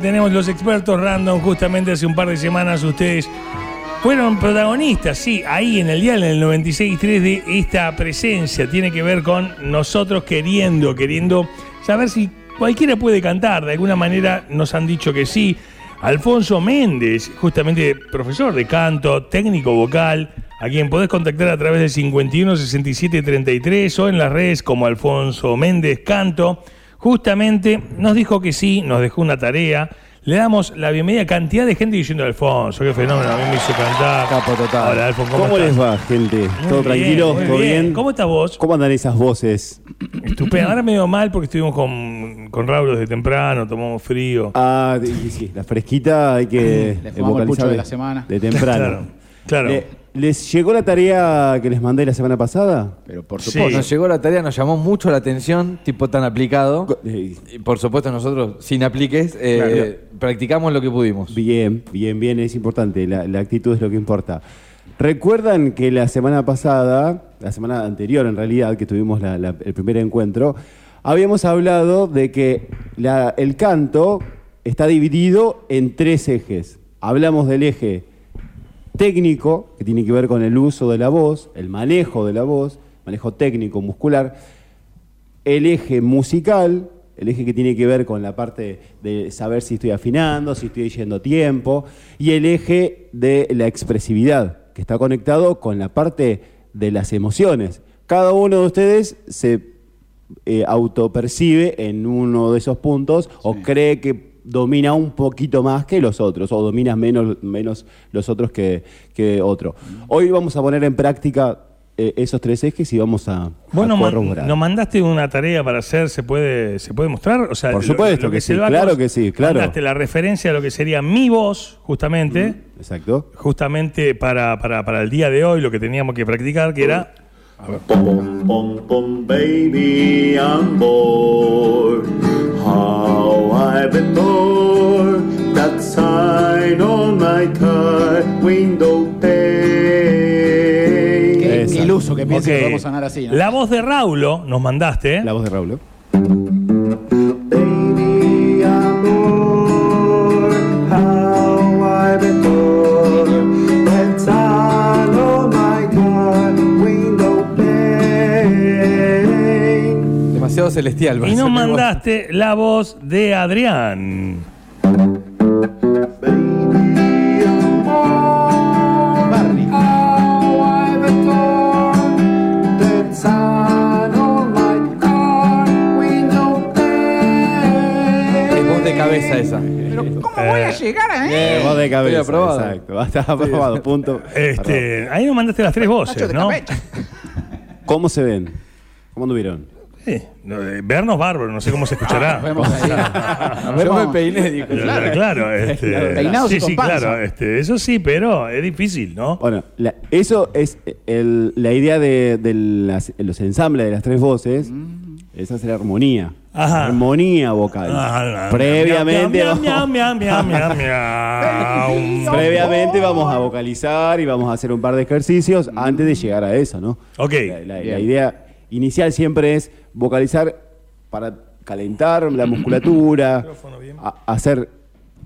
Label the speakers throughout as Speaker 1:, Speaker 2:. Speaker 1: tenemos los expertos random, justamente hace un par de semanas ustedes fueron protagonistas, sí, ahí en el dial, en el 96.3 de esta presencia. Tiene que ver con nosotros queriendo, queriendo saber si cualquiera puede cantar. De alguna manera nos han dicho que sí. Alfonso Méndez, justamente profesor de canto, técnico vocal, a quien podés contactar a través del 51 67 33 o en las redes como Alfonso Méndez Canto, justamente nos dijo que sí, nos dejó una tarea. Le damos la bienvenida a cantidad de gente diciendo Alfonso, qué fenómeno, a mí me hizo cantar.
Speaker 2: Capo total.
Speaker 1: Hola, Alfonso, ¿cómo,
Speaker 2: ¿Cómo, les va, gente? ¿Todo tranquilo? ¿Todo bien?
Speaker 1: ¿Cómo estás vos?
Speaker 2: ¿Cómo andan esas voces?
Speaker 1: Estupendo. Ahora medio mal porque estuvimos con, con Raúl desde temprano, tomamos frío.
Speaker 2: Ah, y sí, la fresquita hay que
Speaker 3: Le fumamos el pucho de la semana.
Speaker 2: de temprano.
Speaker 1: Claro, claro.
Speaker 2: Le- ¿Les llegó la tarea que les mandé la semana pasada?
Speaker 3: Pero por
Speaker 1: Sí.
Speaker 3: supuesto.
Speaker 4: Nos llegó la tarea, nos llamó mucho la atención, tipo tan aplicado.
Speaker 2: Eh,
Speaker 4: Y por supuesto nosotros, sin apliques, eh, practicamos lo que pudimos.
Speaker 2: Bien, bien, bien, es importante. La, la actitud es lo que importa. Recuerdan que la semana pasada, la semana anterior en realidad, que tuvimos la- la- el primer encuentro, habíamos hablado de que la- el canto está dividido en tres ejes. Hablamos del eje técnico, que tiene que ver con el uso de la voz, el manejo de la voz, manejo técnico, muscular, el eje musical, el eje que tiene que ver con la parte de saber si estoy afinando, si estoy yendo a tiempo, y el eje de la expresividad, que está conectado con la parte de las emociones. Cada uno de ustedes se eh, autopercibe en uno de esos puntos o cree que domina un poquito más que los otros o domina menos, menos los otros que, que otro. Hoy vamos a poner en práctica eh, esos tres ejes y vamos a,
Speaker 1: Vos
Speaker 2: a
Speaker 1: nos, man-
Speaker 2: corroborar.
Speaker 1: nos mandaste una tarea para hacer, ¿se puede, se puede mostrar? O sea,
Speaker 2: Por
Speaker 1: lo-
Speaker 2: supuesto
Speaker 1: lo,
Speaker 2: que
Speaker 1: es el
Speaker 2: sí,
Speaker 1: Bacos,
Speaker 2: claro que sí, claro.
Speaker 1: Mandaste la referencia a lo que sería mi voz, justamente,
Speaker 2: Mm. Exacto.
Speaker 1: justamente para, para, para el día de hoy, lo que teníamos que practicar, que era.
Speaker 5: Boom, boom, boom, baby, I'm bored. How I've adored that sign on my car window pane.
Speaker 3: Qué
Speaker 2: Esa.
Speaker 3: iluso que piense
Speaker 1: Ok.
Speaker 3: que vamos a sonar así. ¿no?
Speaker 1: La voz de Raulo nos mandaste. ¿eh?
Speaker 2: La voz de Raúl. ¿eh?
Speaker 5: Baby, I'm bored. How I've adored that sign on my car window pane.
Speaker 4: Demasiado celestial.
Speaker 1: y
Speaker 4: Marcelo.
Speaker 1: nos mandaste la voz de Adrián.
Speaker 3: Barney.
Speaker 4: Es voz de cabeza esa.
Speaker 2: Eh, voz de cabeza.
Speaker 4: Estoy aprobado.
Speaker 2: Exacto. Está aprobado. Punto. Aprobado.
Speaker 1: Este, ahí nos mandaste las tres voces, ¿no?
Speaker 2: ¿Cómo se ven? ¿Cómo anduvieron?
Speaker 1: Sí. No, eh, vernos bárbaro, no sé cómo se escuchará.
Speaker 3: Nos Ah, vemos ahí. Nos
Speaker 4: Yo
Speaker 3: vemos.
Speaker 4: me peiné, dijo.
Speaker 1: Pero, Claro, este,
Speaker 3: Peinados y
Speaker 1: sí,
Speaker 3: con
Speaker 1: sí,
Speaker 3: panza.
Speaker 1: claro, este, eso sí, pero es difícil, ¿no?
Speaker 2: Bueno, la- eso es el- la idea de, de las- los ensambles de las tres voces.
Speaker 4: Mm.
Speaker 2: Esa es la armonía.
Speaker 1: Ajá.
Speaker 2: Armonía vocal.
Speaker 1: Ah,
Speaker 2: Previamente.
Speaker 1: miau, miau,
Speaker 2: vamos-
Speaker 1: miau, miau, miau, miau, miau.
Speaker 2: Previamente vamos a vocalizar y vamos a hacer un par de ejercicios antes de llegar a eso, ¿no?
Speaker 1: Ok.
Speaker 2: La, la- la idea inicial siempre es vocalizar para calentar la musculatura, a- hacer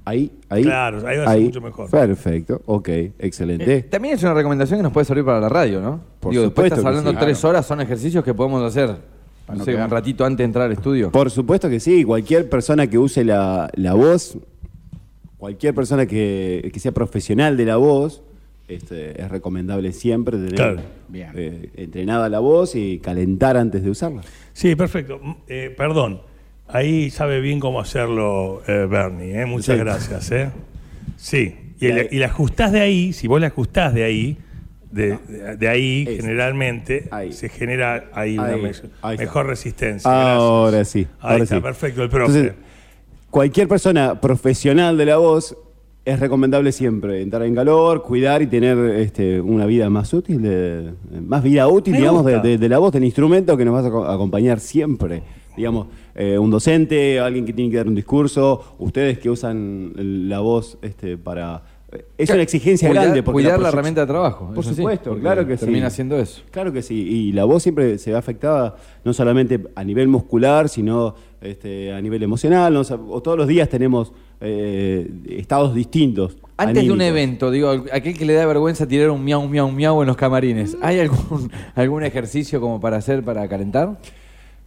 Speaker 2: ahí, ahí.
Speaker 1: Claro, ahí va a ser mucho mejor.
Speaker 2: Perfecto, ok, excelente.
Speaker 4: También es una recomendación que nos puede servir para la radio, ¿no?
Speaker 2: Por
Speaker 4: Digo, después
Speaker 2: supuesto
Speaker 4: estás
Speaker 2: que
Speaker 4: hablando
Speaker 2: sí.
Speaker 4: tres horas, son ejercicios que podemos hacer, no
Speaker 3: no
Speaker 4: sé, un
Speaker 3: quedar.
Speaker 4: ratito antes de entrar al estudio.
Speaker 2: Por supuesto que sí, cualquier persona que use la, la voz, cualquier persona que, que sea profesional de la voz, este, es recomendable siempre tener
Speaker 1: Claro.
Speaker 3: Bien.
Speaker 2: eh, entrenada la voz y calentar antes de usarla.
Speaker 1: Sí, perfecto. Mm, eh, perdón, ahí sabe bien cómo hacerlo eh, Bernie, ¿eh? muchas
Speaker 2: Sí.
Speaker 1: gracias. ¿eh? Sí, y la, y la ajustás de ahí, si vos la ajustás de ahí, de, de- de ahí
Speaker 2: Ahí.
Speaker 1: generalmente
Speaker 2: Ahí.
Speaker 1: se genera ahí, una
Speaker 2: Ahí.
Speaker 1: me-
Speaker 2: Ahí está.
Speaker 1: mejor resistencia.
Speaker 2: Ahora
Speaker 1: gracias.
Speaker 2: sí.
Speaker 1: Ahí
Speaker 2: ahora
Speaker 1: está,
Speaker 2: sí.
Speaker 1: perfecto, el profe.
Speaker 2: Entonces, cualquier persona profesional de la voz es recomendable siempre entrar en calor, cuidar y tener este, una vida más útil, de- más vida útil,
Speaker 1: Me
Speaker 2: digamos, de,
Speaker 1: gusta.
Speaker 2: de- de la voz, del instrumento que nos vas a aco- acompañar siempre. Digamos, eh, un docente, alguien que tiene que dar un discurso, ustedes que usan la voz este, para... Es una exigencia
Speaker 4: Cuidar-
Speaker 2: grande. porque
Speaker 4: Cuidar la,
Speaker 2: proyec-
Speaker 4: herramienta de trabajo.
Speaker 2: Por
Speaker 4: eso sí,
Speaker 2: supuesto,
Speaker 4: porque
Speaker 2: claro que sí.
Speaker 4: Termina haciendo eso.
Speaker 2: Claro que sí, y la voz siempre se ve afectada no solamente a nivel muscular, sino este, a nivel emocional. O sea, o todos los días tenemos eh, estados distintos.
Speaker 4: Antes de un
Speaker 2: anímicos.
Speaker 4: evento, digo, aquel que le da vergüenza tirar un miau, miau, miau en los camarines, ¿hay algún, algún ejercicio como para hacer para calentar?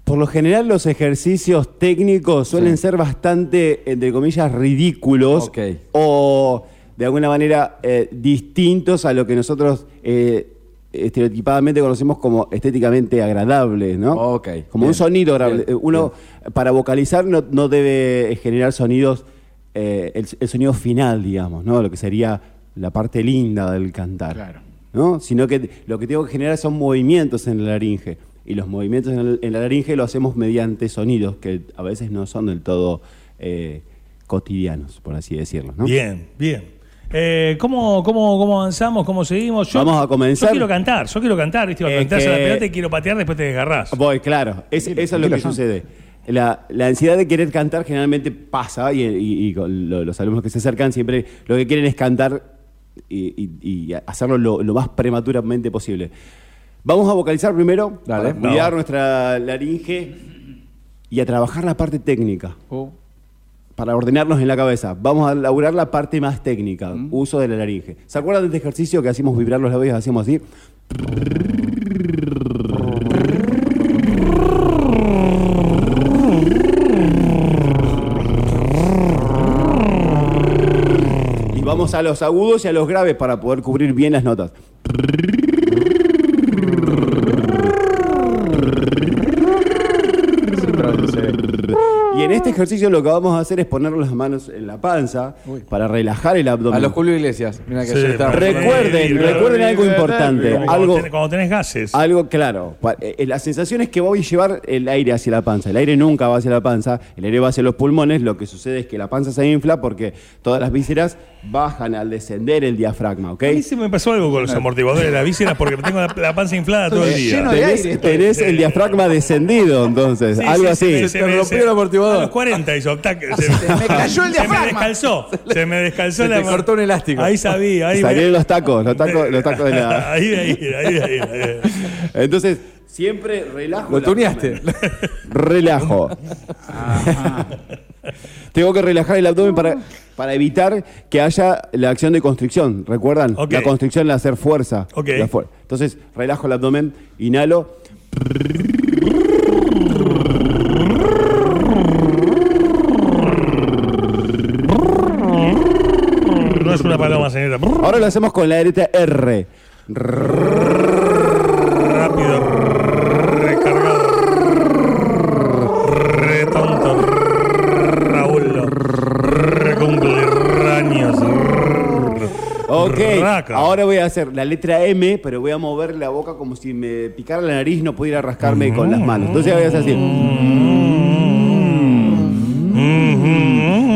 Speaker 2: Por lo general los ejercicios técnicos suelen ser bastante, entre comillas, ridículos
Speaker 4: Ok.
Speaker 2: o de alguna manera eh, distintos a lo que nosotros eh, estereotipadamente conocemos como estéticamente agradables, ¿no?
Speaker 4: Ok,
Speaker 2: Como
Speaker 4: bien,
Speaker 2: un sonido agradable.
Speaker 4: bien,
Speaker 2: Eh, Uno, para vocalizar, no, no debe generar sonidos, eh, el, el sonido final, digamos, ¿no? Lo que sería la parte linda del cantar.
Speaker 3: Claro.
Speaker 2: ¿no? Sino que lo que tengo que generar son movimientos en la laringe. Y los movimientos en, el- en la laringe lo hacemos mediante sonidos que a veces no son del todo eh, cotidianos, por así decirlo. ¿no?
Speaker 1: Bien, bien. Eh, ¿cómo, cómo, ¿Cómo avanzamos? ¿Cómo seguimos?
Speaker 2: Vamos a comenzar.
Speaker 1: Yo quiero cantar, yo quiero cantar, ¿viste? Cuando
Speaker 2: Es
Speaker 1: entrás a la
Speaker 2: que- eh,
Speaker 1: pelota y quiero patear, después te desgarrás.
Speaker 2: Voy, claro. Es- eso es lo que
Speaker 3: tranquilo, Sam.
Speaker 2: sucede. La, la ansiedad de querer cantar generalmente pasa y, y- y con lo- los alumnos que se acercan siempre lo que quieren es cantar y, y- y hacerlo lo, lo más prematuramente posible. Vamos a vocalizar primero,
Speaker 4: Dale.
Speaker 2: para cuidar nuestra laringe y a trabajar la parte técnica,
Speaker 4: Uh.
Speaker 3: Oh,
Speaker 2: para ordenarnos en la cabeza. Vamos a laburar la parte más técnica, uso de la laringe. ¿Se acuerdan de este ejercicio que hacíamos vibrar los labios, hacíamos así? Y vamos a los agudos y a los graves para poder cubrir bien las notas.
Speaker 3: siempre se-
Speaker 2: Y en este ejercicio lo que vamos a hacer es poner las manos en la panza para relajar el abdomen.
Speaker 4: A los Julio Iglesias. Mira que
Speaker 1: Sí,
Speaker 4: ayer estaba-
Speaker 1: pero-
Speaker 2: Recuerden,
Speaker 1: Libre,
Speaker 2: recuerden algo importante,
Speaker 1: Como cuando
Speaker 2: algo,
Speaker 1: tenés- cuando tenés gases.
Speaker 2: algo claro. Pa- eh, La sensación es que voy a llevar el aire hacia la panza. El aire nunca va hacia la panza, el aire va hacia los pulmones. Lo que sucede es que la panza se infla porque todas las vísceras bajan al descender el diafragma, ¿ok? Eh,
Speaker 1: A mí se me pasó algo con los amortiguadores de las vísceras porque tengo la, la panza inflada todo el día.
Speaker 3: Lleno de aire.
Speaker 2: Tenés, tenés el diafragma descendido, entonces,
Speaker 1: Sí,
Speaker 2: algo
Speaker 1: sí,
Speaker 2: así.
Speaker 1: me-
Speaker 4: te
Speaker 1: me-
Speaker 4: rompió el amortiguador.
Speaker 1: A los 40 hizo tac, se,
Speaker 3: me cayó el
Speaker 1: Se me
Speaker 3: diafragma.
Speaker 1: descalzó. Se me descalzó
Speaker 4: Se te
Speaker 1: la mano.
Speaker 4: cortó un elástico.
Speaker 1: Ahí sabía. Ahí
Speaker 2: Salieron los tacos, los tacos, los tacos de la.
Speaker 1: ahí, ahí, ahí, ahí, ahí.
Speaker 2: Entonces, siempre relajo.
Speaker 4: Lo
Speaker 2: la-
Speaker 4: tuneaste.
Speaker 2: Relajo. Tengo que relajar el abdomen para, para evitar que haya la acción de constricción. ¿Recuerdan?
Speaker 1: Ok.
Speaker 2: La constricción la hacer fuerza.
Speaker 1: Ok.
Speaker 2: La fuer- Entonces, relajo el abdomen, inhalo.
Speaker 1: No es una paloma, señora.
Speaker 2: Ahora lo hacemos con la derecha R.
Speaker 1: Rápido. Recargado. Retonto. Raúl. Recumple. Raños.
Speaker 2: Ok.
Speaker 1: Raca.
Speaker 2: Ahora voy a hacer la letra M, pero voy a mover la boca como si me picara la nariz, no pudiera rascarme con las manos. Entonces voy a hacer así.
Speaker 1: Mm.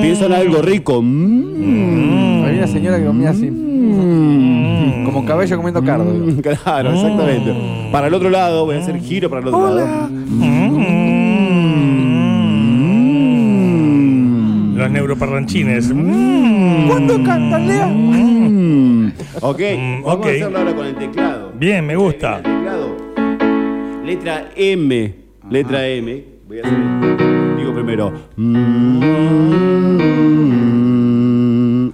Speaker 2: Pienso en algo rico. Mm.
Speaker 4: Había una señora que comía así.
Speaker 1: Mm.
Speaker 4: Como cabello comiendo cardo. digo.
Speaker 2: Claro, exactamente.
Speaker 1: Mm.
Speaker 2: Para el otro lado, voy a hacer giro para el otro lado.
Speaker 1: Los Mm. neuroparranchines.
Speaker 4: ¿Cuánto cantan, Lea?
Speaker 2: Ok,
Speaker 1: Mm,
Speaker 2: vamos
Speaker 1: ok.
Speaker 2: a hacerlo ahora con el teclado.
Speaker 1: Bien, me gusta.
Speaker 2: El teclado. Letra M. Letra M. Voy a hacer. Digo primero. Mm,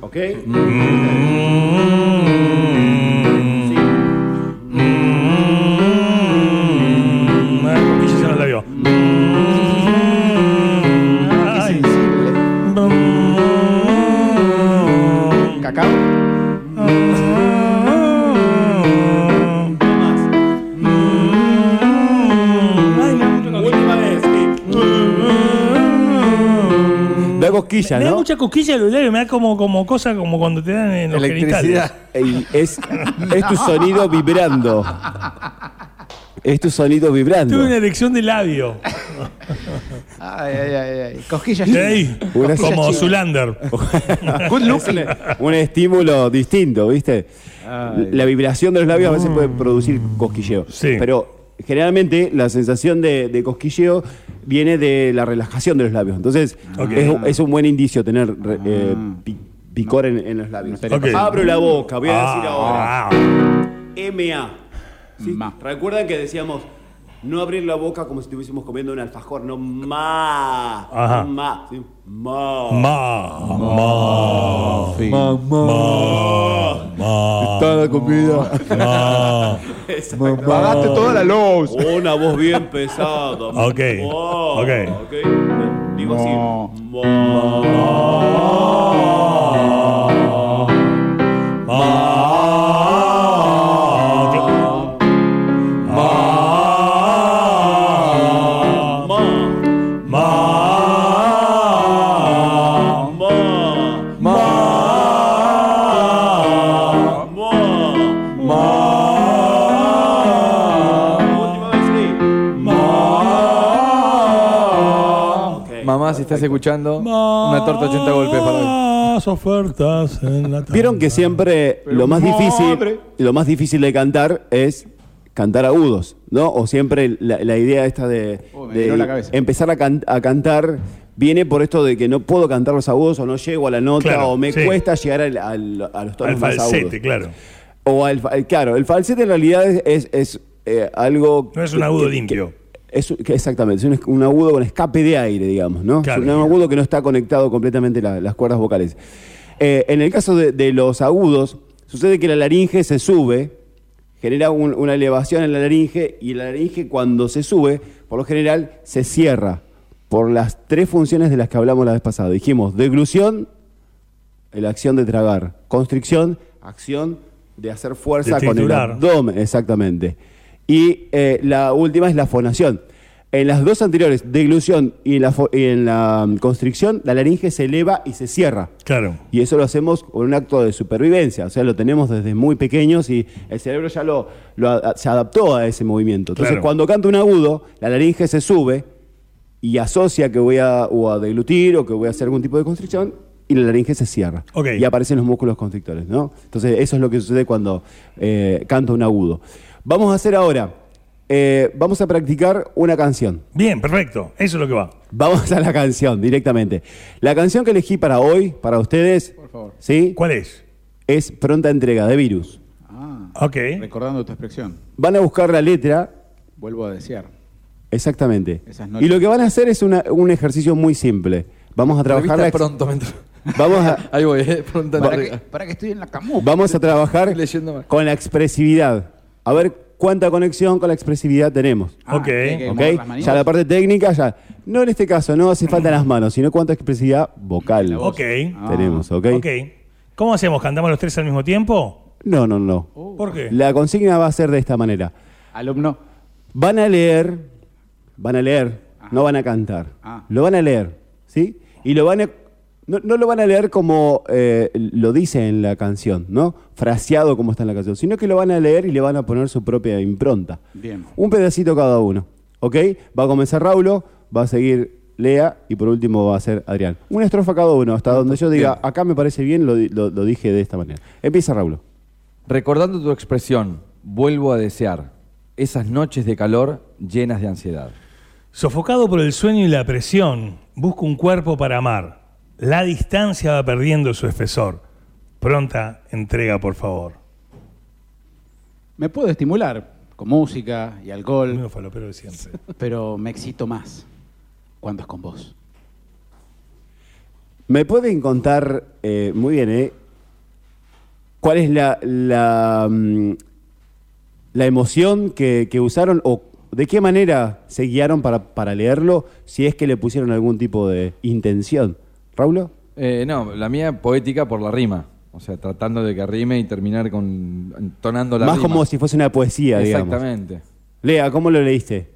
Speaker 2: Ok. Sí.
Speaker 1: Ay, Guille se nos la vio.
Speaker 3: Qué
Speaker 1: Mm. Ay.
Speaker 3: sensible. Cacao.
Speaker 2: Última vez. Da cosquilla,
Speaker 1: Me da
Speaker 2: ¿no?
Speaker 1: mucha cosquilla el oído, me da como, como cosa como cuando te dan en los genitales.
Speaker 4: Electricidad.
Speaker 2: Ey, Es, es tu sonido vibrando. Es tu sonido vibrando.
Speaker 1: Tuve una erección de labio.
Speaker 3: Ay, ay, ay, ay. Cosquillas.
Speaker 1: De ahí,
Speaker 2: Una
Speaker 1: como
Speaker 2: chica.
Speaker 1: Zulander.
Speaker 2: Good Un estímulo distinto, ¿viste? La vibración de los labios a veces puede producir cosquilleo.
Speaker 1: Sí.
Speaker 2: Pero generalmente la sensación de, de cosquilleo viene de la relajación de los labios. Entonces, es, un- es un buen indicio tener re- eh, pi- picor en, en los labios.
Speaker 3: estaría
Speaker 1: Ok. pasando.
Speaker 2: Abro la boca, voy a decir
Speaker 1: Ah,
Speaker 2: ahora. MA. ¿sí?
Speaker 3: Ma.
Speaker 2: ¿Recuerdan que decíamos No abrir la boca como si estuviésemos comiendo un alfajor, no ma.
Speaker 1: Ajá.
Speaker 2: Ma. sí, ma.
Speaker 1: Ma, ma,
Speaker 4: Sí.
Speaker 1: ma, ma,
Speaker 4: la comida.
Speaker 1: ma.
Speaker 2: Exacto.
Speaker 3: Pagaste toda la luz.
Speaker 2: Una voz bien pesada.
Speaker 1: Ok,
Speaker 2: Ma,
Speaker 1: ok.
Speaker 2: ok. Digo así.
Speaker 3: Ma.
Speaker 1: Ma.
Speaker 4: Ah.
Speaker 1: Ma. Ma.
Speaker 2: Ma.
Speaker 1: Ma.
Speaker 2: Ma.
Speaker 1: Ma.
Speaker 2: Ma. Última vez, sí. Ok.
Speaker 4: Mamá, si estás escuchando,
Speaker 1: Ma-
Speaker 4: una torta 80 golpes para hoy.
Speaker 1: Más ofertas en la
Speaker 2: Vieron que
Speaker 1: tanda.
Speaker 2: siempre lo más difícil, lo más difícil de cantar es cantar agudos, ¿no? O siempre la, la idea esta de,
Speaker 3: Oh, me
Speaker 2: de
Speaker 3: voló la cabeza.
Speaker 2: empezar a, can- a cantar viene por esto de que no puedo cantar los agudos o no llego a la nota
Speaker 1: Claro,
Speaker 2: o me
Speaker 1: sí.
Speaker 2: cuesta llegar al- al- a los tonos
Speaker 1: Al
Speaker 2: más
Speaker 1: falsete,
Speaker 2: agudos.
Speaker 1: claro.
Speaker 2: O al, fa- eh, claro, el falsete en realidad es, es- es, eh, algo...
Speaker 1: No es un
Speaker 2: que-
Speaker 1: agudo
Speaker 2: que-
Speaker 1: limpio.
Speaker 2: es- que exactamente, es un, un agudo con escape de aire, digamos, ¿no?
Speaker 1: Claro.
Speaker 2: Es un agudo que no está conectado completamente la- las cuerdas vocales. Eh, en el caso de, de los agudos, sucede que la laringe se sube, genera un- una elevación en la laringe y la laringe cuando se sube, por lo general, se cierra por las tres funciones de las que hablamos la vez pasada. Dijimos deglución, la acción de tragar, constricción, acción de hacer fuerza
Speaker 1: De
Speaker 2: con el
Speaker 1: triturar.
Speaker 2: abdomen, exactamente. Y eh, la última es la fonación. En las dos anteriores, deglución y, la fo- y en la mm, constricción, la laringe se eleva y se cierra.
Speaker 1: Claro.
Speaker 2: Y eso lo hacemos con un acto de supervivencia, o sea, lo tenemos desde muy pequeños y el cerebro ya lo, lo a- se adaptó a ese movimiento. Entonces,
Speaker 1: Claro.
Speaker 2: cuando canto un agudo, la laringe se sube y asocia que voy a, o a deglutir o que voy a hacer algún tipo de constricción y la laringe se cierra.
Speaker 1: Ok.
Speaker 2: Y aparecen los músculos constrictores, ¿no? Entonces, eso es lo que sucede cuando eh, canto un agudo. Vamos a hacer ahora, eh, vamos a practicar una canción.
Speaker 1: Bien, perfecto. Eso es lo que va.
Speaker 2: Vamos a la canción directamente. La canción que elegí para hoy, para ustedes,
Speaker 3: favor.
Speaker 2: ¿sí?
Speaker 1: ¿Cuál es?
Speaker 2: es pronta entrega de virus.
Speaker 3: Ah,
Speaker 1: Ok.
Speaker 3: recordando tu expresión.
Speaker 2: Van a buscar la letra,
Speaker 3: Vuelvo a desear.
Speaker 2: exactamente.
Speaker 3: Esas noches.
Speaker 2: Y lo que van a hacer es una- un ejercicio muy simple. Vamos a trabajar la
Speaker 4: Revista
Speaker 2: ex-
Speaker 4: pronto. mientras-
Speaker 2: Vamos a,
Speaker 4: Ahí voy, eh, pronto.
Speaker 3: Para que,
Speaker 4: entrega.
Speaker 3: para que estoy en la camu.
Speaker 2: vamos a trabajar
Speaker 4: Leyendo mal.
Speaker 2: con la expresividad. A ver cuánta conexión con la expresividad tenemos.
Speaker 3: Ah,
Speaker 1: Ok.
Speaker 3: que hay que
Speaker 2: ¿ok?
Speaker 3: mover las manillas.
Speaker 2: Ya la parte técnica, ya. No en este caso, no hace falta las manos, sino cuánta expresividad vocal
Speaker 1: Ok.
Speaker 2: tenemos, ¿ok?
Speaker 1: Ok. ¿Cómo hacemos? ¿Cantamos los tres al mismo tiempo?
Speaker 2: No, no, no.
Speaker 1: ¿Por qué?
Speaker 2: La consigna va a ser de esta manera.
Speaker 3: Alumno.
Speaker 2: Van a leer, van a leer, no van a cantar.
Speaker 3: Ah.
Speaker 2: Lo van a leer, ¿sí? Y lo van a, no, no lo van a leer como eh, lo dice en la canción, ¿no? Fraseado como está en la canción, sino que lo van a leer y le van a poner su propia impronta.
Speaker 3: Bien.
Speaker 2: Un pedacito cada uno, ¿ok? Va a comenzar Raulo, va a seguir Lea y por último va a ser Adrián. Una estrofa cada uno, hasta donde yo diga, acá me parece bien, lo, di- lo- lo dije de esta manera. Empieza Raulo.
Speaker 4: Recordando tu expresión, vuelvo a desear esas noches de calor llenas de ansiedad.
Speaker 1: Sofocado por el sueño y la presión, busco un cuerpo para amar. La distancia va perdiendo su espesor. Pronta entrega, por favor.
Speaker 3: Me puedo estimular con música y
Speaker 1: El
Speaker 3: alcohol,
Speaker 1: mismo falopero de siempre.
Speaker 3: pero me excito más cuando es con vos.
Speaker 2: ¿Me pueden contar, eh, muy bien, eh, cuál es la, la, mm, la emoción que, que usaron o de qué manera se guiaron para, para leerlo, si es que le pusieron algún tipo de intención? ¿Raulo?
Speaker 4: Eh, no, la mía poética por la rima. O sea, tratando de que rime y terminar con entonando la
Speaker 2: Más
Speaker 4: rima.
Speaker 2: como si fuese una poesía, digamos.
Speaker 4: Exactamente.
Speaker 2: Lea, ¿cómo lo leíste?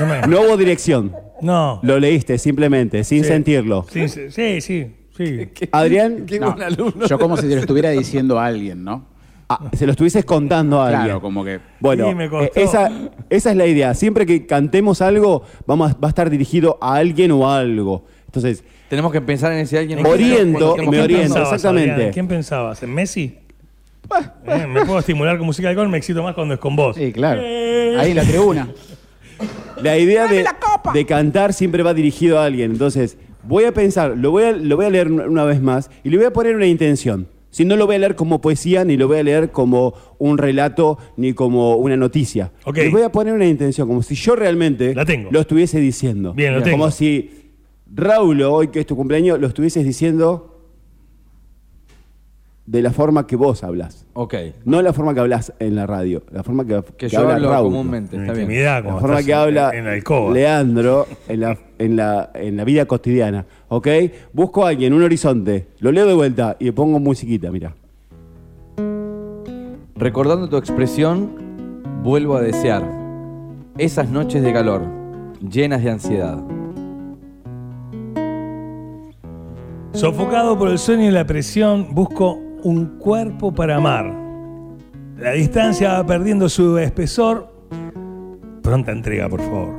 Speaker 1: No, me-
Speaker 2: No hubo dirección.
Speaker 1: no.
Speaker 2: Lo leíste simplemente, sin
Speaker 1: Sí.
Speaker 2: sentirlo.
Speaker 1: Sí, sí, sí. sí, sí.
Speaker 2: Adrián,
Speaker 3: No, yo como si te lo estuviera diciendo a alguien, ¿no?
Speaker 2: ah, se lo estuvieses contando a alguien.
Speaker 3: Claro, como que.
Speaker 2: Bueno,
Speaker 1: Sí, me costó.
Speaker 2: eh, esa, esa es la idea. Siempre que cantemos algo, vamos a- va a estar dirigido a alguien o a algo. Entonces,
Speaker 4: Tenemos que pensar en ese alguien.
Speaker 2: Oriento,
Speaker 4: Tenemos que
Speaker 2: me
Speaker 4: pensar-
Speaker 2: oriento,
Speaker 1: pensabas,
Speaker 2: exactamente.
Speaker 1: Adrián? ¿Quién pensabas? ¿En Messi? Eh, me puedo estimular con música de alcohol, me excito más cuando es con vos.
Speaker 3: Sí, claro. Ahí en la tribuna.
Speaker 2: la idea de, de cantar siempre va dirigido a alguien. Entonces, voy a pensar, lo voy a, lo voy a leer una vez más y le voy a poner una intención. Si no lo voy a leer como poesía, ni lo voy a leer como un relato, ni como una noticia.
Speaker 1: Ok.
Speaker 2: Le voy a poner una intención, como si yo realmente
Speaker 1: La tengo.
Speaker 2: lo estuviese diciendo.
Speaker 1: Bien, lo tengo.
Speaker 2: Como si Raúl, hoy que es tu cumpleaños, lo estuvieses diciendo de la forma que vos hablas.
Speaker 4: Ok.
Speaker 2: No la forma que hablas en la radio, la forma que,
Speaker 4: Que
Speaker 2: que
Speaker 4: yo
Speaker 2: habla
Speaker 4: hablo
Speaker 2: Raúl.
Speaker 4: comúnmente,
Speaker 1: En
Speaker 4: está bien.
Speaker 1: intimidad,
Speaker 2: La
Speaker 1: cuando
Speaker 2: forma
Speaker 1: Ah, estás
Speaker 2: que
Speaker 1: en-
Speaker 2: habla
Speaker 1: en la alcoba.
Speaker 2: Leandro en la, en, la, en la vida cotidiana, ¿ok? Busco a alguien, un horizonte, lo leo de vuelta y le pongo musiquita, mira.
Speaker 4: Recordando tu expresión, vuelvo a desear esas noches de calor, llenas de ansiedad.
Speaker 1: Sofocado por el sueño y la presión, busco un cuerpo para amar. La distancia va perdiendo su espesor. Pronta entrega, por favor.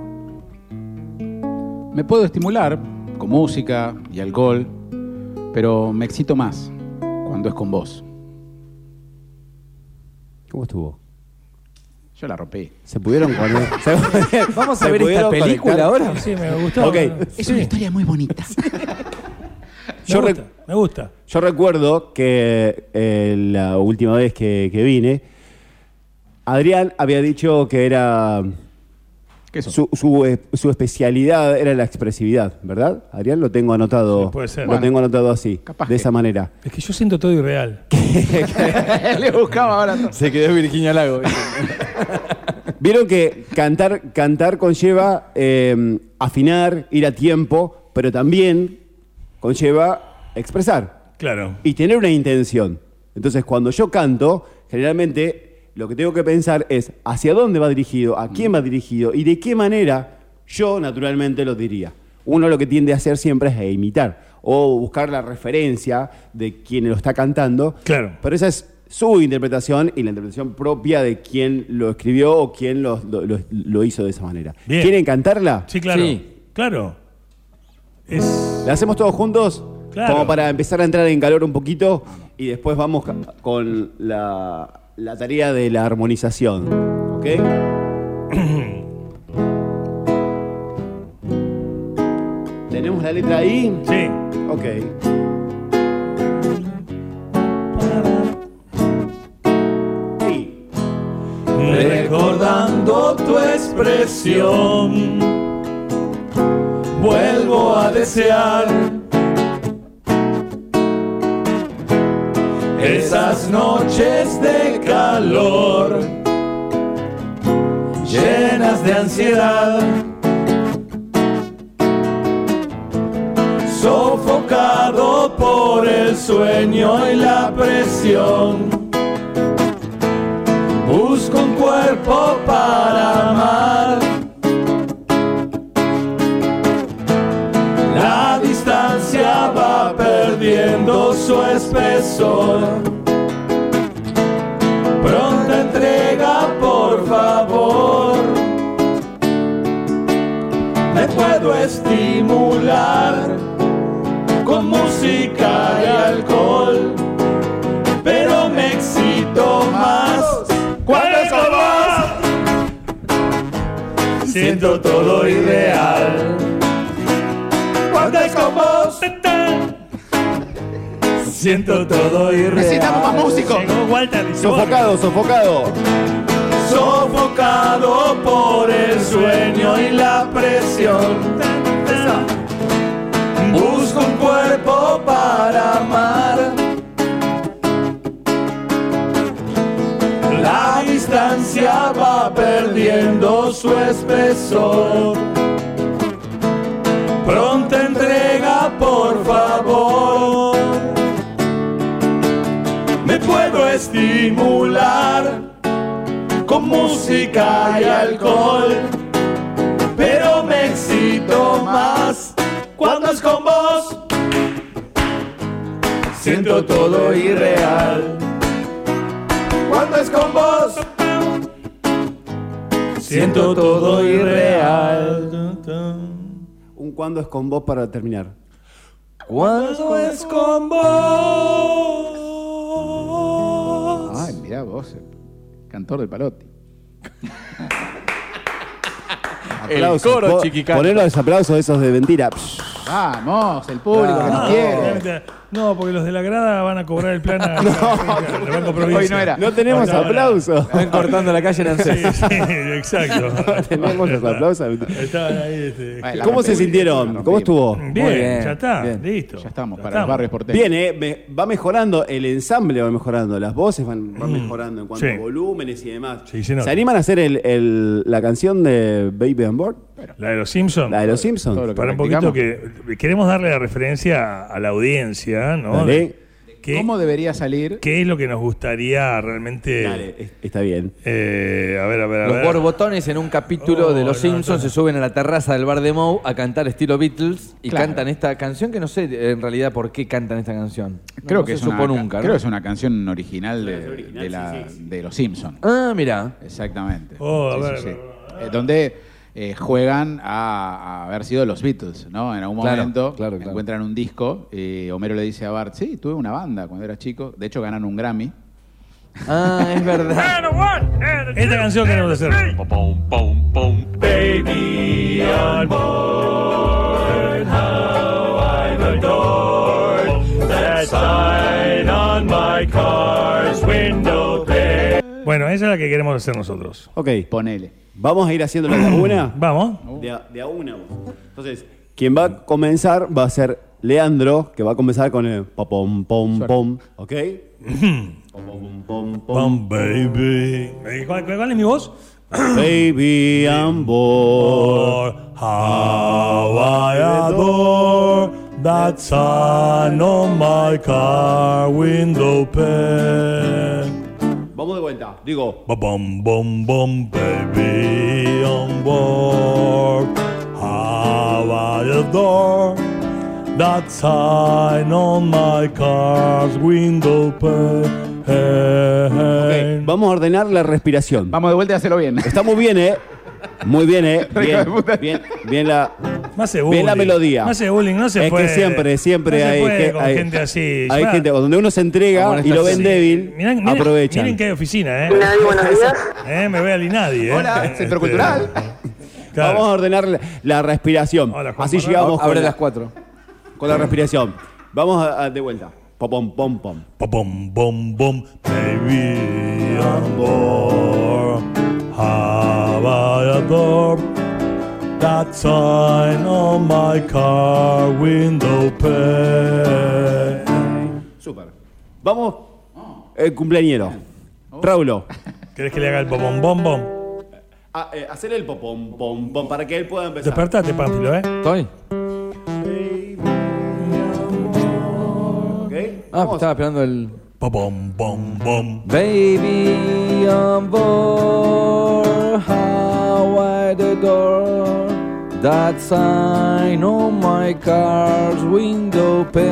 Speaker 3: Me puedo estimular con música y alcohol, pero me excito más cuando es con vos.
Speaker 2: ¿Cómo estuvo?
Speaker 3: Yo la rompí.
Speaker 2: ¿Se pudieron poner? se pudieron-
Speaker 4: Vamos a
Speaker 2: se
Speaker 4: ver esta
Speaker 2: pudieron
Speaker 4: película
Speaker 2: conectar?
Speaker 4: ahora.
Speaker 1: Sí, me gustó.
Speaker 2: Ok.
Speaker 1: Me
Speaker 3: Es una historia muy bonita.
Speaker 2: Yo,
Speaker 1: gusta,
Speaker 2: rec-
Speaker 1: me gusta.
Speaker 2: yo recuerdo que eh, la última vez que, que vine, Adrián había dicho que era
Speaker 3: ¿Qué sos?
Speaker 2: su, su, eh, su especialidad era la expresividad, ¿verdad? Adrián lo tengo anotado.
Speaker 1: Sí, puede ser.
Speaker 2: Lo
Speaker 1: Bueno,
Speaker 2: tengo anotado así,
Speaker 3: capaz
Speaker 2: de
Speaker 3: que-
Speaker 2: esa manera.
Speaker 1: Es que yo siento todo irreal.
Speaker 3: Le buscaba ahora.
Speaker 4: Se quedó Virginia Lago.
Speaker 2: Vieron que cantar, cantar conlleva eh, afinar, ir a tiempo, pero también conlleva expresar
Speaker 1: Claro.
Speaker 2: y tener una intención. Entonces, cuando yo canto, generalmente lo que tengo que pensar es hacia dónde va dirigido, a quién va dirigido y de qué manera yo naturalmente lo diría. Uno lo que tiende a hacer siempre es a imitar o buscar la referencia de quien lo está cantando.
Speaker 1: Claro.
Speaker 2: Pero esa es su interpretación y la interpretación propia de quien lo escribió o quien lo, lo- lo- lo hizo de esa manera.
Speaker 1: Bien.
Speaker 2: ¿Quieren cantarla?
Speaker 1: Sí, claro.
Speaker 4: Sí.
Speaker 1: Claro. Es.
Speaker 2: ¿La hacemos todos juntos?
Speaker 1: Claro.
Speaker 2: Como para empezar a entrar en calor un poquito y después vamos ca- con la, la tarea de la armonización. ¿Ok? ¿Tenemos la letra ahí?
Speaker 1: Sí.
Speaker 2: Ok. Sí.
Speaker 1: Recordando tu expresión, vuelvo a desear esas noches de calor llenas de ansiedad, sofocado por el sueño y la presión. Busco un cuerpo para amar. La distancia va perdiendo su espesor. Pronta entrega, por favor. Me puedo estimular con música y alcohol pero me excito más cuando es con vos. Siento todo irreal cuando es con vos. Siento todo irreal.
Speaker 3: Necesitamos más músicos.
Speaker 1: Llegó Walter y
Speaker 2: Sofocado, sofocado.
Speaker 1: sofocado por el sueño y la presión. Busco un cuerpo para amar. La distancia va perdiendo su espesor. Pronta entrega, por favor. Me puedo estimular con música y alcohol. Pero me excito más cuando es con vos. Siento todo irreal. Cuando es con vos. Siento todo irreal.
Speaker 2: Un cuando es con vos para terminar.
Speaker 1: Cuando es con vos.
Speaker 3: Ay, mirá vos, el cantor del palote.
Speaker 4: El
Speaker 2: Aplausos.
Speaker 4: coro
Speaker 2: Po-
Speaker 4: chiquicato.
Speaker 2: Poner los aplausos esos de mentira. Psh.
Speaker 3: Vamos, el público que
Speaker 1: No,
Speaker 3: nos quiere.
Speaker 1: no, porque los de la grada van a cobrar el plan a, al Banco Provincia.
Speaker 3: Hoy no era.
Speaker 2: No tenemos
Speaker 1: Ahora, ahora.
Speaker 2: aplausos.
Speaker 4: Están cortando la calle en
Speaker 1: Sí,
Speaker 4: Ancel.
Speaker 1: sí, exacto.
Speaker 2: tenemos los aplausos.
Speaker 1: Estaban ahí. este.
Speaker 3: Bueno, la
Speaker 2: ¿Cómo se
Speaker 3: rompimos.
Speaker 2: sintieron?
Speaker 3: La
Speaker 2: ¿Cómo
Speaker 3: rompimos.
Speaker 2: estuvo?
Speaker 1: Bien,
Speaker 4: bien,
Speaker 1: ya está,
Speaker 4: bien.
Speaker 1: listo.
Speaker 3: Ya estamos,
Speaker 1: Ya
Speaker 3: para los barrios porteños.
Speaker 2: Bien, eh, me- va mejorando, el ensamble va mejorando, las voces van, van mejorando en cuanto
Speaker 1: sí.
Speaker 2: a volúmenes y demás.
Speaker 1: Sí, se
Speaker 2: se,
Speaker 1: nota.
Speaker 2: animan a hacer el- el- la canción de Baby on Board?
Speaker 1: La de los Simpsons.
Speaker 2: La de los
Speaker 3: todo
Speaker 2: Simpsons.
Speaker 3: lo
Speaker 1: Para un poquito que queremos darle la referencia a la audiencia, ¿no? eh.
Speaker 2: Dale.
Speaker 1: De- ¿Qué,
Speaker 3: ¿Cómo debería salir?
Speaker 1: qué es lo que nos gustaría realmente?
Speaker 2: Dale, es- está bien.
Speaker 1: eh, a ver, a ver, a
Speaker 4: Los
Speaker 1: ver.
Speaker 4: borbotones en un capítulo
Speaker 1: Oh,
Speaker 4: de Los
Speaker 1: no,
Speaker 4: Simpsons
Speaker 1: no.
Speaker 4: se suben a la terraza del bar de Moe a cantar estilo Beatles y
Speaker 3: Claro.
Speaker 4: cantan esta canción que no sé en realidad por qué cantan esta canción. No-
Speaker 3: Creo
Speaker 4: no
Speaker 3: que
Speaker 4: se
Speaker 3: es una,
Speaker 4: supo nunca. ¿no?
Speaker 3: creo que es una canción original de,
Speaker 2: original,
Speaker 3: de la-
Speaker 2: sí, sí,
Speaker 3: de los Simpsons.
Speaker 4: Ah, mira.
Speaker 3: Exactamente.
Speaker 1: Oh, a
Speaker 3: Sí, sí,
Speaker 1: ver.
Speaker 3: sí. Eh, donde eh, juegan a, a haber sido los Beatles, ¿no? En algún
Speaker 4: Claro,
Speaker 3: momento
Speaker 4: claro, claro.
Speaker 3: encuentran un disco y Homero le dice a Bart, sí, tuve una banda cuando era chico. De hecho, ganan un Grammy.
Speaker 4: Ah, es verdad.
Speaker 1: Esta canción queremos hacer. Bueno, esa es la que queremos hacer nosotros.
Speaker 2: Ok,
Speaker 3: Ponele.
Speaker 2: vamos a ir haciéndolo de a una.
Speaker 1: Vamos.
Speaker 2: De a, de a una. vos. Entonces, quien va a comenzar va a ser Leandro, que va a comenzar con el pom pom pom. ¿Ok? Pom, pom, pom, pom.
Speaker 1: Bum, baby. Eh, ¿Cuál, cuál- cuál es mi voz?
Speaker 2: Baby on board.
Speaker 1: How I adore that sign on my car window pane.
Speaker 2: Vamos de vuelta. Digo,
Speaker 1: Ba bum bum bum baby on board. How I adore that sign on my car's window pane.
Speaker 2: ok, vamos a ordenar la respiración.
Speaker 3: Vamos de vuelta y hacerlo bien.
Speaker 2: Está muy bien, ¿eh? Muy bien, ¿eh?
Speaker 3: de
Speaker 2: Bien,
Speaker 3: puta.
Speaker 2: bien, bien la...
Speaker 1: No hace bullying.
Speaker 2: Bien la melodía.
Speaker 1: No hace bullying, no se
Speaker 2: es
Speaker 1: puede.
Speaker 2: que siempre, siempre
Speaker 1: No se
Speaker 2: hay,
Speaker 1: puede
Speaker 2: que-
Speaker 1: con
Speaker 2: hay-
Speaker 1: gente así.
Speaker 2: Hay
Speaker 1: Ya.
Speaker 2: gente, donde uno se entrega y lo ven débil,
Speaker 1: Mirá- mirá-
Speaker 2: aprovechan.
Speaker 1: Miren que hay oficina, ¿eh? Eh, Me ve al Inadi, ¿eh?
Speaker 3: Hola,
Speaker 1: Este,
Speaker 3: Centro Cultural.
Speaker 1: claro.
Speaker 2: Vamos a ordenar la, la respiración.
Speaker 1: Hola, Juan
Speaker 2: Así
Speaker 1: Manuel.
Speaker 2: llegamos
Speaker 4: Abre
Speaker 2: con
Speaker 4: las
Speaker 2: la,
Speaker 4: cuatro.
Speaker 2: con la respiración. Vamos a- a- de vuelta. Pom, pom, pom.
Speaker 1: Pa bum bum bum, baby, I'm bored. How I adore that sign on my car window pane.
Speaker 2: Súper. Vamos, el cumpleañero. Raulo.
Speaker 1: ¿Querés que le haga el pa bum bom bom?
Speaker 2: a- eh, hacer el popom, pom, pom, para que él pueda empezar.
Speaker 1: Despertate, Pánfilo, ¿eh?
Speaker 4: ¿Estoy?
Speaker 2: ¿ok?
Speaker 4: Ah,
Speaker 2: Vamos.
Speaker 4: estaba esperando el.
Speaker 1: Pa bum bum bum.
Speaker 4: Baby on board, how wide the door. That sign on my car's window pane.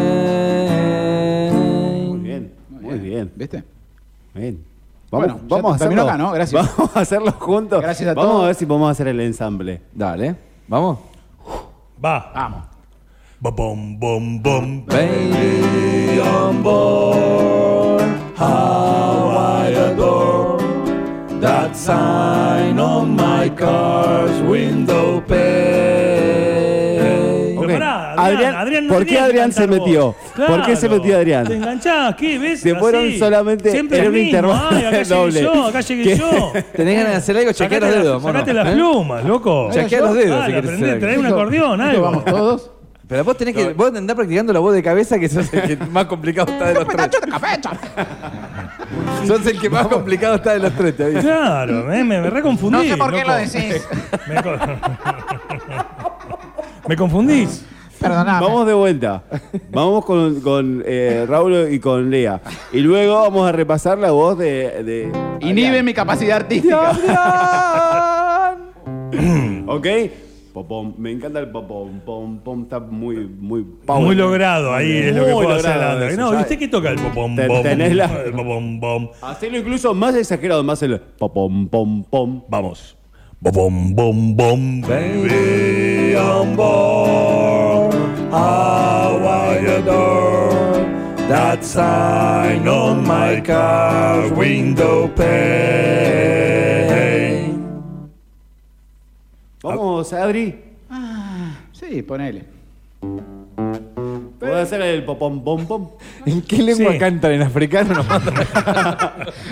Speaker 2: Muy bien, muy bien.
Speaker 3: ¿Viste?
Speaker 2: Bien. Vamos,
Speaker 3: Bueno, ya
Speaker 2: vamos a
Speaker 3: terminó
Speaker 2: hacerlo.
Speaker 3: acá, ¿no? Gracias.
Speaker 2: Vamos a hacerlo juntos.
Speaker 3: Gracias a
Speaker 2: vamos
Speaker 3: todos.
Speaker 2: a ver si podemos hacer el ensamble.
Speaker 4: Dale, vamos.
Speaker 1: Va.
Speaker 3: Vamos.
Speaker 1: Ba bum bum bum.
Speaker 4: Baby on board, how I adore that sign on my car's window pane.
Speaker 1: Pero
Speaker 2: Ok.
Speaker 1: pará, Adrián,
Speaker 2: Adrián,
Speaker 1: Adrián no
Speaker 2: ¿por
Speaker 1: tenía
Speaker 2: qué
Speaker 1: que
Speaker 2: Adrián se
Speaker 1: cantar vos.
Speaker 2: metió? ¿Por qué se metió Adrián?
Speaker 1: Te enganchás, ¿qué ves?
Speaker 2: Se fueron
Speaker 1: Así.
Speaker 2: solamente
Speaker 1: Siempre
Speaker 2: en
Speaker 1: el
Speaker 2: un
Speaker 1: mismo.
Speaker 2: intervalo
Speaker 1: Ay, acá
Speaker 2: doble.
Speaker 1: llegué yo, acá llegué
Speaker 2: ¿Qué?
Speaker 1: yo.
Speaker 4: ¿Tenés ganas de hacer algo? Chequea
Speaker 1: Sacate
Speaker 4: los
Speaker 1: la-
Speaker 4: dedos, mono.
Speaker 1: Sacate las
Speaker 4: ¿Eh?
Speaker 1: plumas, loco.
Speaker 4: Chequea los dedos, si
Speaker 1: Dale,
Speaker 4: querés
Speaker 1: aprendé,
Speaker 4: hacer
Speaker 1: trae
Speaker 4: algo.
Speaker 1: un acordeón,
Speaker 3: Listo,
Speaker 1: algo.
Speaker 3: vamos todos.
Speaker 4: Pero vos tenés que. Vos andás practicando la voz de cabeza, que sos el que más complicado está de los tres. Sos el que más complicado está de los tres, te aviso.
Speaker 1: Claro, eh, me, me reconfundí.
Speaker 3: No sé por qué
Speaker 1: loco.
Speaker 3: lo decís.
Speaker 1: Me, co- me confundís.
Speaker 3: Perdoname.
Speaker 2: Vamos de vuelta. Vamos con, con eh, Raulo y con Lea. Y luego vamos a repasar la voz de. de
Speaker 3: Inhibe mi capacidad artística.
Speaker 2: ¿Ok? Popom. Me encanta el popom. Pom, pom. Está muy, muy power.
Speaker 1: Muy logrado, ahí es lo que
Speaker 2: eh. Muy
Speaker 1: puedo hacer.
Speaker 2: logrado
Speaker 1: Andrés.
Speaker 2: eso,
Speaker 1: no, ¿y
Speaker 2: ya-
Speaker 1: usted qué toca el popom
Speaker 2: Ten-
Speaker 1: bom?
Speaker 2: tenés la-
Speaker 1: El popom bom.
Speaker 2: Hacelo incluso más exagerado, más el popom, pom, pom.
Speaker 1: Vamos. Bom, bom, bom, baby, on board. How I adore that sign on my car window pane.
Speaker 2: Vamos, Adri.
Speaker 3: Sí, ponele.
Speaker 2: Podés hacer el popom pom pom.
Speaker 4: ¿En qué lengua
Speaker 1: Sí.
Speaker 4: cantan en africano? No,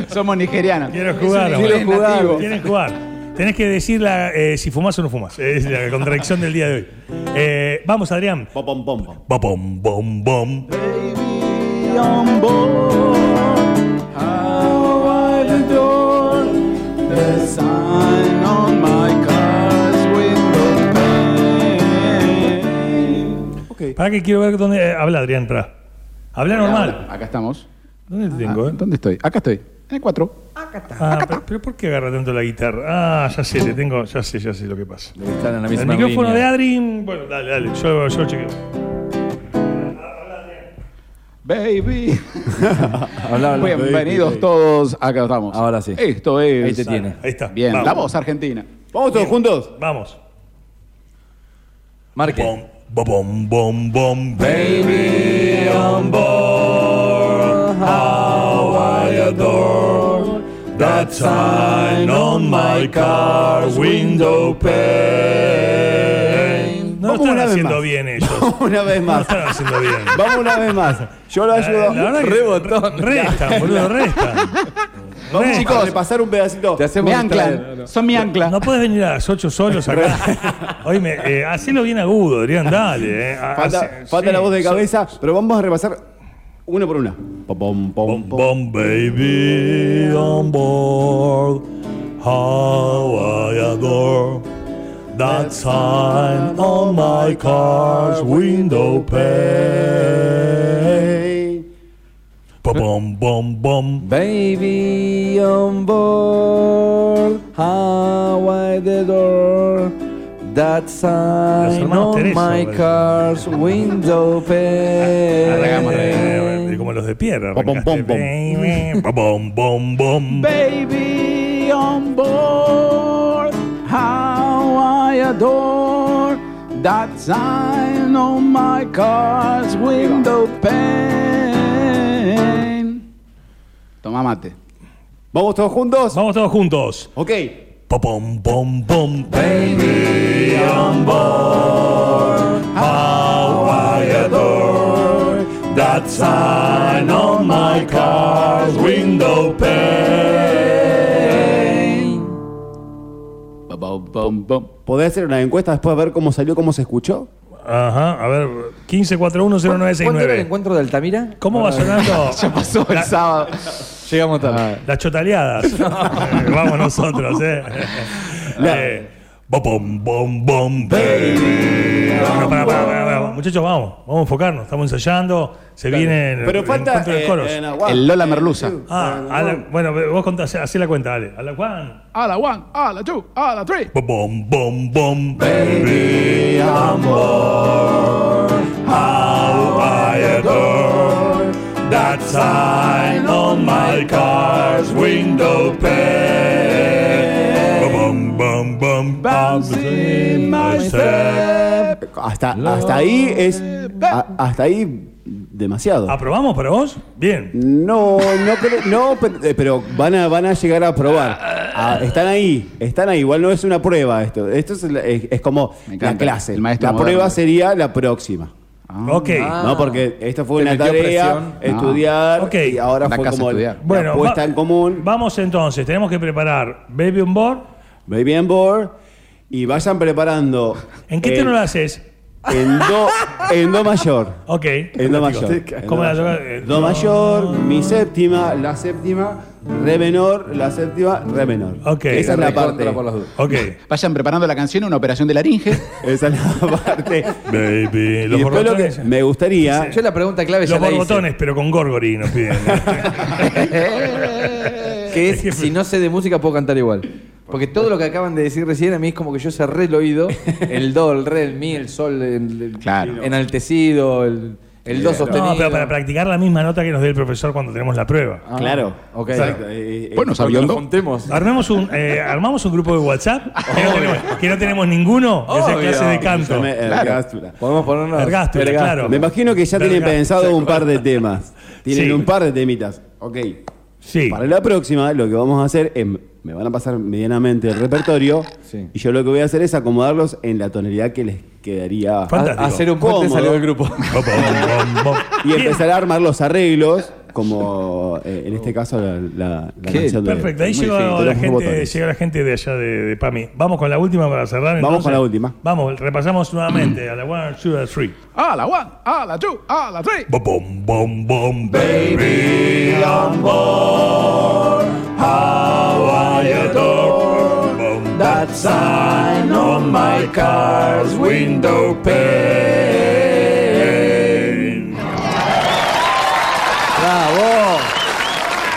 Speaker 3: Somos nigerianos.
Speaker 1: Quiero jugar,
Speaker 3: Es un
Speaker 1: quiero
Speaker 3: inglés
Speaker 4: jugar.
Speaker 3: nativo.
Speaker 1: Tienes que jugar. Tenés que decir la, eh, si fumás o no fumás. Es la contradicción del día de hoy. Eh, vamos, Adrián.
Speaker 2: Popom pom pom.
Speaker 1: Ba, bom, bom, bom.
Speaker 3: Baby on board, how I adore the sign on my car's window pane.
Speaker 1: Para que quiero ver dónde. eh, habla, Adrián, para. Habla normal.
Speaker 3: Acá estamos.
Speaker 1: ¿Dónde te
Speaker 3: Ah,
Speaker 1: tengo? eh?
Speaker 3: ¿Dónde estoy? Acá estoy. En el 4.
Speaker 1: Ah, pero, pero ¿por qué agarra tanto la guitarra? Ah, ya sé, le tengo. Ya sé, ya sé lo que pasa.
Speaker 4: están en la
Speaker 1: El
Speaker 4: misma
Speaker 1: micrófono de
Speaker 4: línea.
Speaker 1: Adrián. Bueno, dale, dale. Yo, yo chequeo.
Speaker 3: Baby.
Speaker 4: Habla, habla.
Speaker 3: Bienvenidos todos. Acá estamos.
Speaker 4: Ahora sí.
Speaker 3: Esto es.
Speaker 4: Ahí te tiene.
Speaker 1: Ahí está.
Speaker 3: Bien,
Speaker 1: Vamos.
Speaker 3: la voz argentina.
Speaker 2: Vamos todos juntos.
Speaker 1: Vamos.
Speaker 4: Marque.
Speaker 1: Bom, ba, bom, bom, bom.
Speaker 4: Baby on board, how I adore
Speaker 1: That sign on my car window pane. No
Speaker 2: Vamos
Speaker 1: están
Speaker 2: una vez
Speaker 1: haciendo
Speaker 2: más.
Speaker 1: bien ellos.
Speaker 2: Vamos una vez
Speaker 1: No
Speaker 2: más.
Speaker 1: están haciendo bien.
Speaker 2: Vamos una vez más. Yo lo ayudo.
Speaker 1: La verdad que
Speaker 4: Rebotón.
Speaker 1: Restan, boludo, restan.
Speaker 2: Vamos
Speaker 1: Re-
Speaker 2: chicos a repasar un pedacito.
Speaker 4: Te hacemos
Speaker 3: Me
Speaker 4: distraer.
Speaker 3: anclan. Son mi ancla.
Speaker 1: No puedes venir a las 8 solos acá. Oye, eh, hacelo bien agudo, Adrián, dale. Eh. Ha-
Speaker 2: Falta,
Speaker 1: hace-
Speaker 2: falta
Speaker 1: sí,
Speaker 2: la voz de
Speaker 1: so-
Speaker 2: cabeza, pero vamos a repasar uno por una. Popom pom
Speaker 1: Bom,
Speaker 2: pom.
Speaker 1: bom, baby on board. How I adore that sign on my car's window pane. Bom, bom, bom.
Speaker 4: Baby on board, how wide the door. That sign
Speaker 1: hermanos
Speaker 4: on
Speaker 1: Tereso,
Speaker 4: my
Speaker 1: parece.
Speaker 4: car's window
Speaker 3: Arrancamos,
Speaker 1: Eh,
Speaker 4: pane.
Speaker 1: como los de piedra.
Speaker 2: Bom, bom, bom, bom.
Speaker 1: arrancaste. Bom, bom, bom, bom.
Speaker 3: Baby on board, how I adore that sign on my car's window pane. Toma mate.
Speaker 2: Vamos todos juntos.
Speaker 1: Vamos todos juntos.
Speaker 2: Ok.
Speaker 1: Bom, bom, bom, bom.
Speaker 4: Baby on
Speaker 1: How I adore that sign on my car's window pane.
Speaker 3: Ba, ba, bum, bum.
Speaker 2: ¿Podés hacer una encuesta después de ver cómo salió, cómo se escuchó?
Speaker 1: Ajá, a ver,
Speaker 4: ¿Cuándo era el
Speaker 1: 15410969.
Speaker 4: encuentro de Altamira?
Speaker 1: ¿Cómo va sonando
Speaker 3: Pasó el sábado.
Speaker 4: Llegamos tarde.
Speaker 1: las chotaleadas? Eh, Vamos nosotros, eh. eh bom, bom, bom, bom, baby. Bueno, pará, pará, pará, pará. Muchachos, vamos, vamos a enfocarnos. Estamos ensayando, se viene el,
Speaker 2: Pero
Speaker 1: el
Speaker 2: falta.
Speaker 1: encuentro de
Speaker 2: eh,
Speaker 1: coros.
Speaker 2: eh, Nahuatl.
Speaker 3: El Lola Merluza.
Speaker 1: ah, a la- bueno, vos contás, hacé la cuenta, dale. A la Juan.
Speaker 3: A la one, a la two, a la three.
Speaker 1: Bom, bom, bom. Baby, I'm born. How I adore that sign on my car's window pane. Bom, bom, bom.
Speaker 3: Bouncing myself.
Speaker 2: Hasta, hasta ahí es. a- hasta ahí demasiado.
Speaker 1: ¿Aprobamos para vos? Bien.
Speaker 2: No, no, cre- no pero, eh, pero van, a, van a llegar a probar. Ah, están ahí, están ahí. Igual no es una prueba esto. Esto es, la- es- es como
Speaker 3: Me encanta,
Speaker 2: la clase.
Speaker 3: el maestro
Speaker 2: la
Speaker 3: moderno.
Speaker 2: prueba sería la próxima.
Speaker 1: Ok.
Speaker 4: Ah.
Speaker 2: ¿no? Porque esto fue
Speaker 4: ¿Te
Speaker 2: una
Speaker 4: metió
Speaker 2: tarea,
Speaker 4: presión?
Speaker 2: estudiar,
Speaker 1: No. Ok.
Speaker 2: y ahora
Speaker 3: La
Speaker 2: fue
Speaker 3: casa
Speaker 2: como
Speaker 3: estudiar.
Speaker 2: la
Speaker 1: Bueno,
Speaker 2: puesta
Speaker 1: va-
Speaker 2: en común.
Speaker 1: Vamos entonces, tenemos que preparar Baby on Board.
Speaker 2: Baby and Board. Y vayan preparando.
Speaker 1: ¿En qué
Speaker 2: el-
Speaker 1: tono lo haces?
Speaker 2: En do, en do mayor.
Speaker 1: Ok.
Speaker 2: En do mayor. en
Speaker 1: ¿Cómo la
Speaker 2: do mayor.
Speaker 1: toca? Eh,
Speaker 2: Do mayor, mi séptima, la séptima, re menor, la séptima, re menor.
Speaker 1: Ok.
Speaker 2: Esa es la parte.
Speaker 4: Recontra por las dudas.
Speaker 1: Ok.
Speaker 3: Vayan preparando la canción, una operación de laringe.
Speaker 2: Esa es la parte.
Speaker 1: Baby,
Speaker 2: y
Speaker 1: los
Speaker 2: después lo que
Speaker 1: borbotones.
Speaker 2: me gustaría.
Speaker 4: Yo la pregunta clave ya
Speaker 1: Los
Speaker 4: la hice,
Speaker 1: borbotones, pero con gorgori nos piden.
Speaker 4: Que es, si no sé de música puedo cantar igual. Porque todo lo que acaban de decir recién a mí es como que yo cerré el oído. El do, el re, el mi, el sol, el, el-
Speaker 3: Claro.
Speaker 4: enaltecido, el, el do sostenido.
Speaker 1: No, pero para practicar la misma nota que nos dé el profesor cuando tenemos la prueba.
Speaker 4: Ah,
Speaker 2: Claro.
Speaker 4: ok.
Speaker 2: Exacto. Eh, eh,
Speaker 3: Bueno,
Speaker 2: eh,
Speaker 4: Cuando
Speaker 3: sabiendo.
Speaker 4: nos juntemos.
Speaker 1: Armamos un, eh, armamos un grupo de WhatsApp que no tenemos, que no tenemos ninguno, que sea
Speaker 4: Obvio.
Speaker 1: clase de canto.
Speaker 2: me- eh,
Speaker 3: Claro.
Speaker 2: gastula.
Speaker 4: Podemos ponernos.
Speaker 1: Ergástula,
Speaker 4: Ergástula.
Speaker 1: claro.
Speaker 2: Me imagino que ya tienen
Speaker 1: Verga.
Speaker 2: pensado un par de temas. Tienen
Speaker 1: Sí.
Speaker 2: un par de temitas. Ok.
Speaker 1: Sí.
Speaker 2: Para la próxima, lo que vamos a hacer es. Me van a pasar medianamente el repertorio.
Speaker 4: Sí.
Speaker 2: Y yo lo que voy a hacer es acomodarlos en la tonalidad que les quedaría.
Speaker 1: Fantástico.
Speaker 4: A- Hacer un puente
Speaker 2: Cómodo.
Speaker 4: salió del grupo.
Speaker 2: Y empezar a armar los arreglos, como eh, en este caso la, la- la
Speaker 3: Qué
Speaker 2: canción de-
Speaker 1: Perfecto, ahí
Speaker 2: Muy
Speaker 1: llegó
Speaker 2: bien,
Speaker 1: la,
Speaker 2: tenemos
Speaker 1: gente,
Speaker 2: botones.
Speaker 1: llegó la gente de allá de, de PAMI. Vamos con la última para cerrar.
Speaker 2: Vamos
Speaker 1: entonces.
Speaker 2: con la última.
Speaker 1: Vamos, repasamos nuevamente a la one, two, a three.
Speaker 3: A la one, a la two, a la three.
Speaker 1: Bom, bom, bom, bom, baby on board. How I adore bom, that sign on my car's window pane.
Speaker 4: ¡Bravo!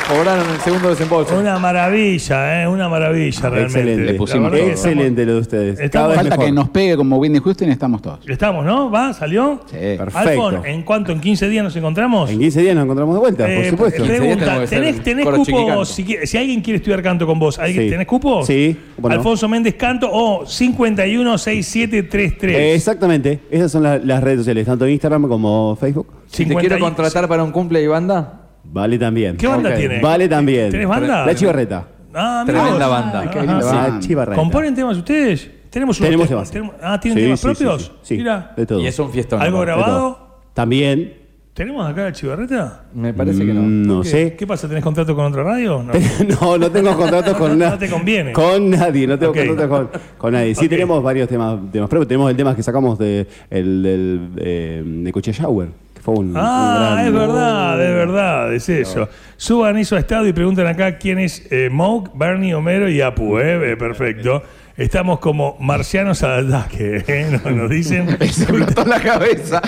Speaker 4: Cobraron el segundo desembolso.
Speaker 1: Una maravilla, ¿eh? Una maravilla realmente.
Speaker 2: Excelente.
Speaker 1: La
Speaker 3: pusimos
Speaker 1: verdad que
Speaker 2: Excelente lo de ustedes.
Speaker 1: Estamos-
Speaker 2: Cada vez
Speaker 1: Falta
Speaker 3: Falta
Speaker 2: mejor.
Speaker 3: que nos pegue como Whitney Houston y estamos todos.
Speaker 1: Estamos, ¿no? ¿Va? ¿Salió?
Speaker 3: Sí.
Speaker 2: Perfecto.
Speaker 1: Alfon, ¿en cuánto? ¿En 15 días nos encontramos?
Speaker 2: En 15 días nos encontramos de vuelta, por
Speaker 1: Eh,
Speaker 2: supuesto.
Speaker 1: pregunta,
Speaker 4: 15 días tenemos que hacer
Speaker 1: ¿tenés,
Speaker 4: un
Speaker 1: tenés
Speaker 4: coro
Speaker 1: cupo?
Speaker 4: chiquicanto.
Speaker 1: Si, qui- si alguien quiere estudiar canto con vos, ¿alguien,
Speaker 2: Sí.
Speaker 1: ¿tenés cupo?
Speaker 2: Sí, ¿cómo no?
Speaker 1: Alfonso Méndez Canto o 516733.
Speaker 2: Eh, exactamente. Esas son la- las redes sociales, tanto Instagram como Facebook.
Speaker 4: Si te
Speaker 1: 50
Speaker 4: quiero
Speaker 1: y-
Speaker 4: contratar para un cumple y banda,
Speaker 2: Vale también.
Speaker 1: ¿Qué banda
Speaker 4: Ok.
Speaker 1: tiene?
Speaker 2: Vale también.
Speaker 1: ¿Tenés banda?
Speaker 2: La Chivarreta.
Speaker 1: Ah, mira
Speaker 4: tremenda
Speaker 1: vos.
Speaker 4: banda.
Speaker 1: Ah,
Speaker 3: Qué linda
Speaker 1: sí.
Speaker 2: La
Speaker 3: banda.
Speaker 2: Chivarreta.
Speaker 1: ¿Componen temas ustedes? Tenemos unos
Speaker 2: Tenemos
Speaker 1: temas. tenemos-
Speaker 2: temas.
Speaker 1: Ah, ¿tienen
Speaker 2: Sí,
Speaker 1: temas
Speaker 2: sí,
Speaker 1: propios?
Speaker 2: sí, sí, sí.
Speaker 1: Mira,
Speaker 2: de todo.
Speaker 4: y es un fiestón.
Speaker 1: ¿algo
Speaker 4: ¿no?
Speaker 2: De
Speaker 1: grabado?
Speaker 2: todo. También. Mm,
Speaker 1: ¿Tenemos acá la chivarreta?
Speaker 4: Me parece que no.
Speaker 2: No
Speaker 1: ¿Qué-
Speaker 2: sé.
Speaker 1: ¿Qué pasa? ¿Tenés contrato con otra radio? No.
Speaker 2: No, no tengo contratos con
Speaker 1: No
Speaker 2: nadie.
Speaker 1: te conviene.
Speaker 2: Con nadie, no tengo
Speaker 1: Ok.
Speaker 2: contratos con, con nadie. Sí
Speaker 1: Ok.
Speaker 2: tenemos varios temas, temas propios. Tenemos el tema que sacamos de, el, del, eh, de Coche Shower, que fue un, un
Speaker 1: Ah,
Speaker 2: gran-
Speaker 1: es verdad, es verdad, es eso. Suban eso a estado y preguntan acá quién es eh, Mouk, Bernie, Homero y Apu, ¿eh? Eh, Perfecto. Estamos como marcianos al ataque, ¿eh? Nos, nos dicen.
Speaker 3: Les explotó la cabeza.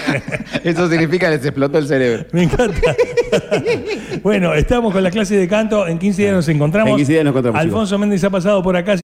Speaker 3: Eso significa que les explotó el cerebro.
Speaker 1: Me encanta. bueno, estamos con la clase de canto. En 15 días nos encontramos.
Speaker 2: En 15 días nos encontramos,
Speaker 1: Alfonso Méndez ha pasado por acá.